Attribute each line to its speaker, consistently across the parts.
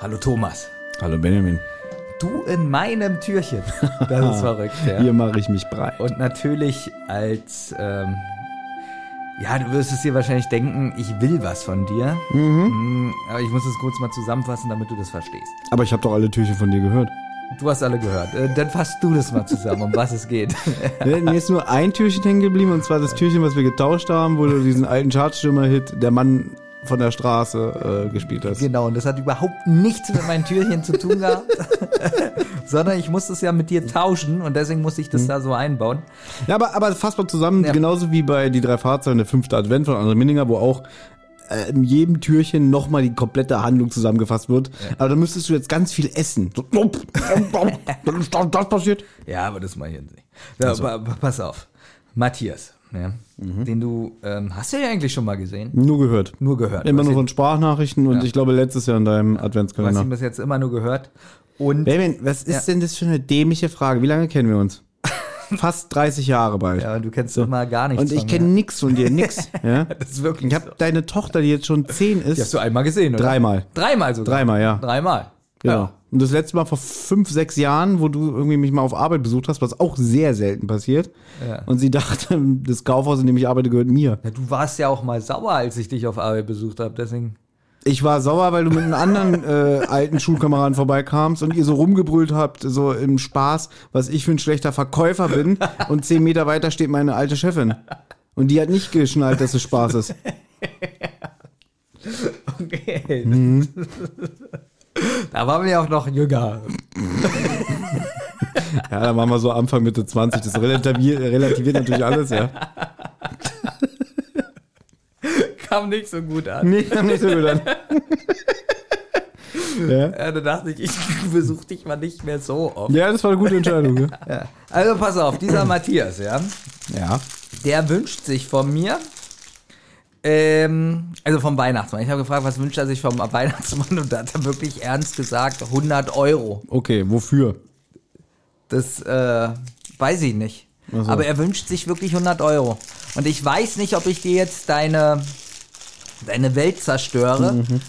Speaker 1: Hallo Thomas.
Speaker 2: Hallo Benjamin.
Speaker 1: Du in meinem Türchen. Das ist verrückt, ja.
Speaker 2: Hier mache ich mich breit.
Speaker 1: Und natürlich als, ähm, ja, du wirst es dir wahrscheinlich denken, ich will was von dir. Mhm. Aber ich muss es kurz mal zusammenfassen, damit du das verstehst.
Speaker 2: Aber ich habe doch alle Türchen von dir gehört.
Speaker 1: Du hast alle gehört. Äh, Dann fasst du das mal zusammen, um was es geht.
Speaker 2: Nee, Ne, Mir ist nur ein Türchen hängen geblieben und zwar das Türchen, was wir getauscht haben, wo du diesen alten Chartstürmer-Hit Der Mann von der Straße äh, gespielt hast.
Speaker 1: Genau, und das hat überhaupt nichts mit meinen Türchen zu tun gehabt, sondern ich musste es ja mit dir tauschen und deswegen musste ich das da so einbauen.
Speaker 2: Ja, aber, aber fass mal zusammen,
Speaker 1: Ja.
Speaker 2: genauso wie bei Die drei Fahrzeuge, der fünfte Advent von André Minninger, wo auch äh, in jedem Türchen nochmal die komplette Handlung zusammengefasst wird. Aber da müsstest du jetzt ganz viel essen. So, Dann ist das das passiert.
Speaker 1: Ja, aber das mache ich jetzt nicht. Ja,
Speaker 2: Also-
Speaker 1: pa- pa- pass auf. Matthias, ja,
Speaker 2: Mhm.
Speaker 1: den du, ähm, hast du ja eigentlich schon mal gesehen?
Speaker 2: Nur gehört.
Speaker 1: Nur gehört. Du
Speaker 2: Immer nur
Speaker 1: hast ihn-
Speaker 2: von Sprachnachrichten und ich glaube letztes Jahr in deinem
Speaker 1: Du hast
Speaker 2: Adventskalender.
Speaker 1: ihn bis jetzt immer nur gehört. Und
Speaker 2: Benjamin, was ist
Speaker 1: Ja.
Speaker 2: denn das für eine dämliche Frage? Wie lange kennen wir uns? Fast 30 Jahre bald.
Speaker 1: ja, du kennst immer gar nichts
Speaker 2: und ich
Speaker 1: von
Speaker 2: kenne
Speaker 1: mir.
Speaker 2: nix von dir, nix. ja?
Speaker 1: Das ist wirklich
Speaker 2: Ich habe deine Tochter, die jetzt schon 10
Speaker 1: Die hast
Speaker 2: ist.
Speaker 1: du einmal gesehen, oder?
Speaker 2: Dreimal.
Speaker 1: Dreimal sogar.
Speaker 2: Dreimal, ja.
Speaker 1: Dreimal.
Speaker 2: Genau.
Speaker 1: Ja.
Speaker 2: Und das letzte Mal vor fünf, sechs Jahren, wo du irgendwie mich mal auf Arbeit besucht hast, was auch sehr selten passiert.
Speaker 1: Ja.
Speaker 2: Und sie dachte, das Kaufhaus, in dem ich arbeite, gehört mir.
Speaker 1: Ja, du warst ja auch mal sauer, als ich dich auf Arbeit besucht habe, deswegen.
Speaker 2: Ich war sauer, weil du mit einem anderen äh, alten Schulkameraden vorbeikamst und ihr so rumgebrüllt habt, so im Spaß, was ich für ein schlechter Verkäufer bin. Und zehn Meter weiter steht meine alte Chefin. Und die hat nicht geschnallt, dass es Spaß ist.
Speaker 1: Okay.
Speaker 2: Mhm.
Speaker 1: da waren wir ja auch noch jünger.
Speaker 2: Ja, da waren wir so Anfang, Mitte 20. Das relativiert, relativiert natürlich alles, ja.
Speaker 1: Kam nicht so gut an.
Speaker 2: Nee, nicht so gut an. Ja.
Speaker 1: Ja, da dachte ich, ich besuche dich mal nicht mehr so oft.
Speaker 2: ja, das war eine gute Entscheidung. ne? Ja.
Speaker 1: Ja. Also pass auf, dieser Matthias, ja,
Speaker 2: ja.
Speaker 1: der wünscht sich von mir, ähm, also vom Weihnachtsmann. Ich habe gefragt, was wünscht er sich vom Weihnachtsmann und da hat er wirklich ernst gesagt 100 Euro.
Speaker 2: Okay, wofür?
Speaker 1: Das äh, weiß ich nicht.
Speaker 2: Ach so.
Speaker 1: Aber er wünscht sich wirklich 100 Euro. Und ich weiß nicht, ob ich dir jetzt deine, deine Welt zerstöre.
Speaker 2: Mhm,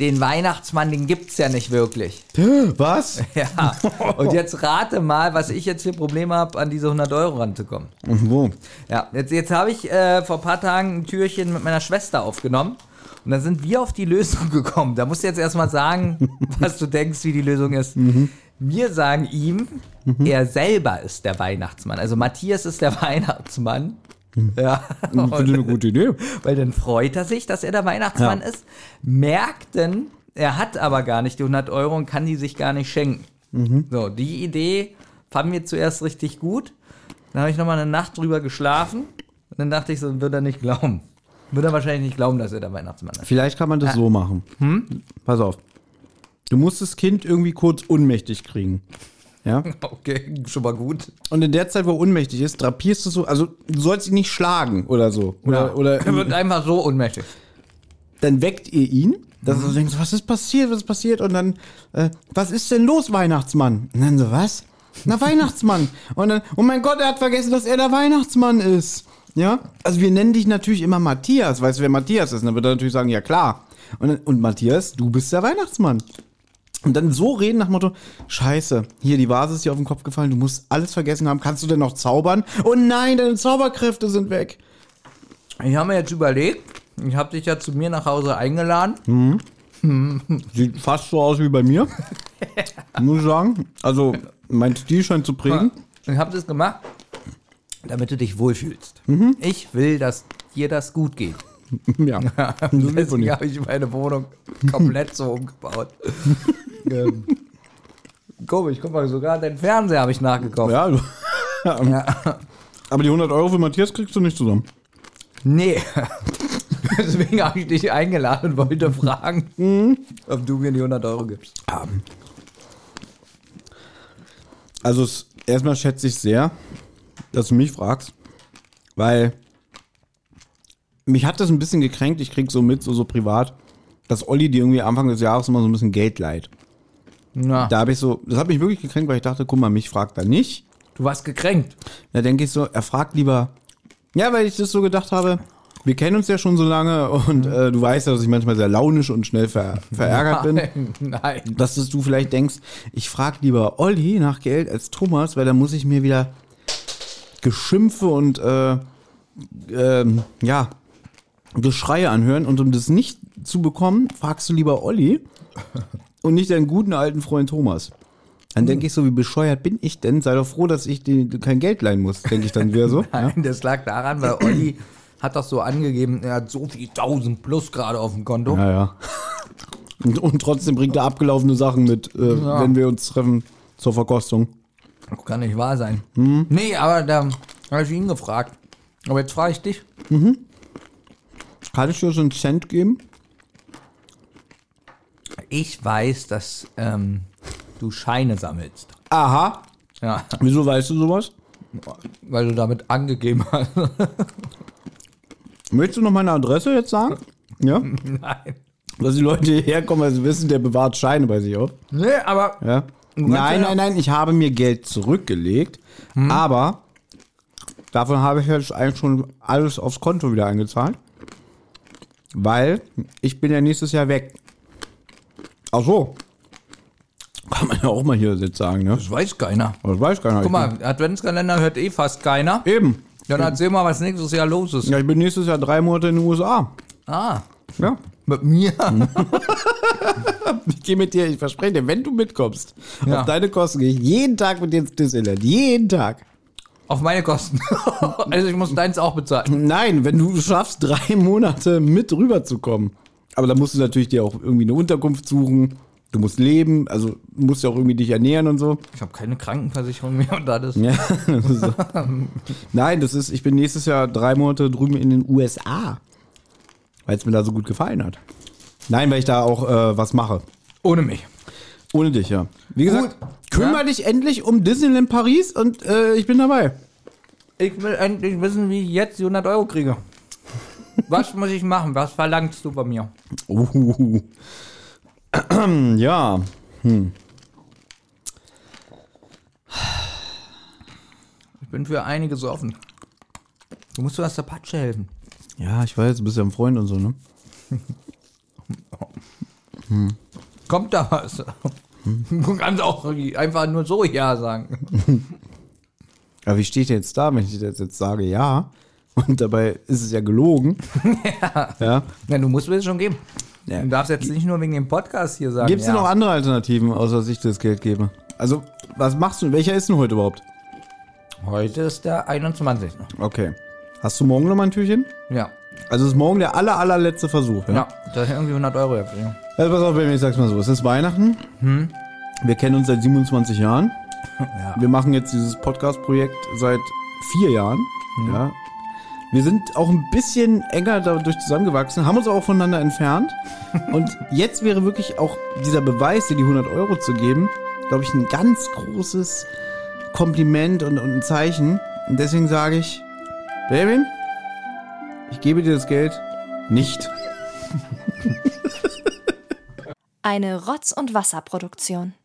Speaker 1: Den Weihnachtsmann, den gibt's ja nicht wirklich.
Speaker 2: Was?
Speaker 1: Ja. Und jetzt rate mal, was ich jetzt für Probleme habe, an diese 100 Euro ranzukommen.
Speaker 2: Wo?
Speaker 1: Ja, jetzt, jetzt habe ich äh, vor ein paar Tagen ein Türchen mit meiner Schwester aufgenommen. Und dann sind wir auf die Lösung gekommen. Da musst du jetzt erstmal sagen, was du denkst, wie die Lösung ist. Wir sagen ihm, er selber ist der Weihnachtsmann. Also Matthias ist der Weihnachtsmann. Ja.
Speaker 2: Ich finde eine gute Idee.
Speaker 1: Weil dann freut er sich, dass er der Weihnachtsmann
Speaker 2: Ja.
Speaker 1: ist, merkt dann, er hat aber gar nicht die 100 Euro und kann die sich gar nicht schenken. So, die Idee fanden wir zuerst richtig gut. Dann habe ich nochmal eine Nacht drüber geschlafen und dann dachte ich so, wird er nicht glauben. Wird er wahrscheinlich nicht glauben, dass er der Weihnachtsmann ist.
Speaker 2: Vielleicht kann man das so machen. Pass auf. Du musst das Kind irgendwie kurz unmächtig kriegen. Ja?
Speaker 1: Okay, schon mal gut.
Speaker 2: Und in der Zeit, wo er unmächtig ist, drapierst du so, also du sollst ihn nicht schlagen oder so. Oder,
Speaker 1: er
Speaker 2: oder
Speaker 1: wird einfach so ohnmächtig.
Speaker 2: dann weckt ihr ihn, dass er so denkt, was ist passiert, was ist passiert? Und dann, äh, was ist denn los, Weihnachtsmann? Und dann so, was? Na, Weihnachtsmann. Und dann, oh mein Gott, er hat vergessen, dass er der Weihnachtsmann ist. Ja? Also wir nennen dich natürlich immer Matthias. Weißt du, wer Matthias ist? Und dann wird er natürlich sagen, ja klar. Und, dann, und Matthias, du bist der Weihnachtsmann. Und dann so reden nach dem Motto, scheiße, hier, die Vase ist dir auf den Kopf gefallen, du musst alles vergessen haben, kannst du denn noch zaubern? Oh nein, deine Zauberkräfte sind weg.
Speaker 1: Ich habe mir jetzt überlegt, ich habe dich ja zu mir nach Hause eingeladen.
Speaker 2: Sieht fast so aus wie bei mir. Muss ich sagen. Also, mein Stil scheint zu prägen.
Speaker 1: Ich habe das gemacht, damit du dich wohlfühlst. Ich will, dass dir das gut geht.
Speaker 2: Ja.
Speaker 1: Deswegen habe ich meine Wohnung komplett so umgebaut. ähm, komisch, guck mal, sogar den Fernseher habe ich nachgekauft.
Speaker 2: ja. du-
Speaker 1: Ja.
Speaker 2: Aber die 100 Euro für Matthias kriegst du nicht zusammen.
Speaker 1: Nee. Deswegen habe ich dich eingeladen und wollte fragen, ob du mir die 100 Euro gibst.
Speaker 2: Also, es, erstmal schätze ich sehr, dass du mich fragst, weil mich hat das ein bisschen gekränkt. Ich krieg so mit, so, so privat, dass Olli dir irgendwie Anfang des Jahres immer so ein bisschen Geld leiht.
Speaker 1: Na,
Speaker 2: Da habe ich so, das hat mich wirklich gekränkt, weil ich dachte, guck mal, mich fragt er nicht.
Speaker 1: du warst gekränkt.
Speaker 2: Da denke ich so, er fragt lieber. Ja, weil ich das so gedacht habe, wir kennen uns ja schon so lange und äh, du weißt ja, dass ich manchmal sehr launisch und schnell ver verärgert bin.
Speaker 1: Nein.
Speaker 2: dass es du vielleicht denkst, ich frage lieber Olli nach Geld als Thomas, weil dann muss ich mir wieder Geschimpfe und äh, ähm, ja, Geschreie anhören. Und um das nicht zu bekommen, fragst du lieber Olli und nicht deinen guten alten Freund Thomas. Dann denke ich so, wie bescheuert bin ich denn? Sei doch froh, dass ich dir kein Geld leihen muss, denke ich dann wieder so. ja.
Speaker 1: Nein, das lag daran, weil Olli hat doch so angegeben, er hat so viel 1000 plus gerade auf dem Konto.
Speaker 2: Ja, ja. Und, und trotzdem bringt er abgelaufene Sachen mit, äh,
Speaker 1: Ja.
Speaker 2: wenn wir uns treffen zur Verkostung.
Speaker 1: Kann nicht wahr sein.
Speaker 2: Hm?
Speaker 1: Nee, aber da habe ich ihn gefragt. Aber jetzt frage ich dich.
Speaker 2: Kann ich dir so einen Cent geben?
Speaker 1: Ich weiß, dass ähm, du Scheine sammelst.
Speaker 2: Aha.
Speaker 1: Ja,
Speaker 2: Wieso weißt du sowas?
Speaker 1: weil du damit angegeben hast.
Speaker 2: Möchtest du noch meine Adresse jetzt sagen? Ja?
Speaker 1: Nein.
Speaker 2: Dass die Leute hierher kommen, weil sie wissen, der bewahrt Scheine bei sich auf.
Speaker 1: Nee, aber
Speaker 2: Ja? Hm? Nein, nein, nein, ich habe mir Geld zurückgelegt, aber davon habe ich jetzt eigentlich schon alles aufs Konto wieder eingezahlt. Weil ich bin ja nächstes Jahr weg. Ach so. Kann man ja auch mal hier jetzt sagen, ne?
Speaker 1: das weiß keiner.
Speaker 2: Das weiß keiner.
Speaker 1: Guck mal, Adventskalender hört eh fast keiner.
Speaker 2: Eben.
Speaker 1: Dann erzähl mal, was nächstes Jahr los ist.
Speaker 2: Ja, ich bin nächstes Jahr drei Monate in den USA.
Speaker 1: Ah,
Speaker 2: Ja.
Speaker 1: mit mir?
Speaker 2: Mhm. Ich gehe mit dir, ich verspreche dir, wenn du mitkommst,
Speaker 1: Ja.
Speaker 2: auf deine Kosten gehe ich jeden Tag mit dir ins Disneyland. Jeden Tag.
Speaker 1: Auf meine Kosten. also ich muss deins auch bezahlen.
Speaker 2: Nein, wenn du es schaffst, drei Monate mit rüberzukommen. Aber da musst du natürlich dir auch irgendwie eine Unterkunft suchen. Du musst leben, also musst ja auch irgendwie dich ernähren und so.
Speaker 1: Ich habe keine Krankenversicherung mehr und alles.
Speaker 2: Ja, das ist so. Nein, das ist, ich bin nächstes Jahr drei Monate drüben in den USA. Weil es mir da so gut gefallen hat. Nein, weil ich da auch äh, was mache.
Speaker 1: Ohne mich.
Speaker 2: Ohne dich, ja. Wie gesagt,
Speaker 1: Gut.
Speaker 2: kümmere
Speaker 1: Ja.
Speaker 2: dich endlich um Disneyland Paris und äh, ich bin dabei.
Speaker 1: Ich will endlich wissen, wie ich jetzt die 100 Euro kriege. Was muss ich machen? Was verlangst du bei mir?
Speaker 2: Uhuhu. ja. Hm.
Speaker 1: Ich bin für einiges offen. Du musst mir aus der Patsche helfen.
Speaker 2: Ja, ich weiß, du bist ja ein Freund und so, ne?
Speaker 1: Kommt da was?
Speaker 2: Hm.
Speaker 1: Du kannst auch einfach nur so Ja sagen.
Speaker 2: Aber wie stehe ich denn jetzt da, wenn ich das jetzt sage, ja? Und dabei ist es ja gelogen. ja.
Speaker 1: Na, du musst mir das schon geben.
Speaker 2: Ja.
Speaker 1: Du darfst jetzt nicht nur wegen dem Podcast hier sagen.
Speaker 2: Gibt es
Speaker 1: ja.
Speaker 2: denn noch andere Alternativen, außer dass ich dir das Geld gebe? Also, was machst du? Welcher ist denn heute überhaupt?
Speaker 1: Heute ist der 21.
Speaker 2: Okay. Hast du morgen nochmal ein Türchen?
Speaker 1: Ja.
Speaker 2: Also ist morgen der aller, allerletzte Versuch.
Speaker 1: Ja, da ist irgendwie 100 Euro dafür.
Speaker 2: Also pass auf, Benjamin, ich sag's mal so. Es ist Weihnachten. Wir kennen uns seit 27 Jahren.
Speaker 1: Ja.
Speaker 2: Wir machen jetzt dieses Podcast-Projekt seit vier Jahren. Ja. Wir sind auch ein bisschen enger dadurch zusammengewachsen, haben uns auch voneinander entfernt. Und jetzt wäre wirklich auch dieser Beweis, dir die 100 Euro zu geben, glaube ich, ein ganz großes Kompliment und, und ein Zeichen. Und deswegen sage ich, Benjamin, ich gebe dir das Geld nicht.
Speaker 3: Eine Rotz- und Wasserproduktion.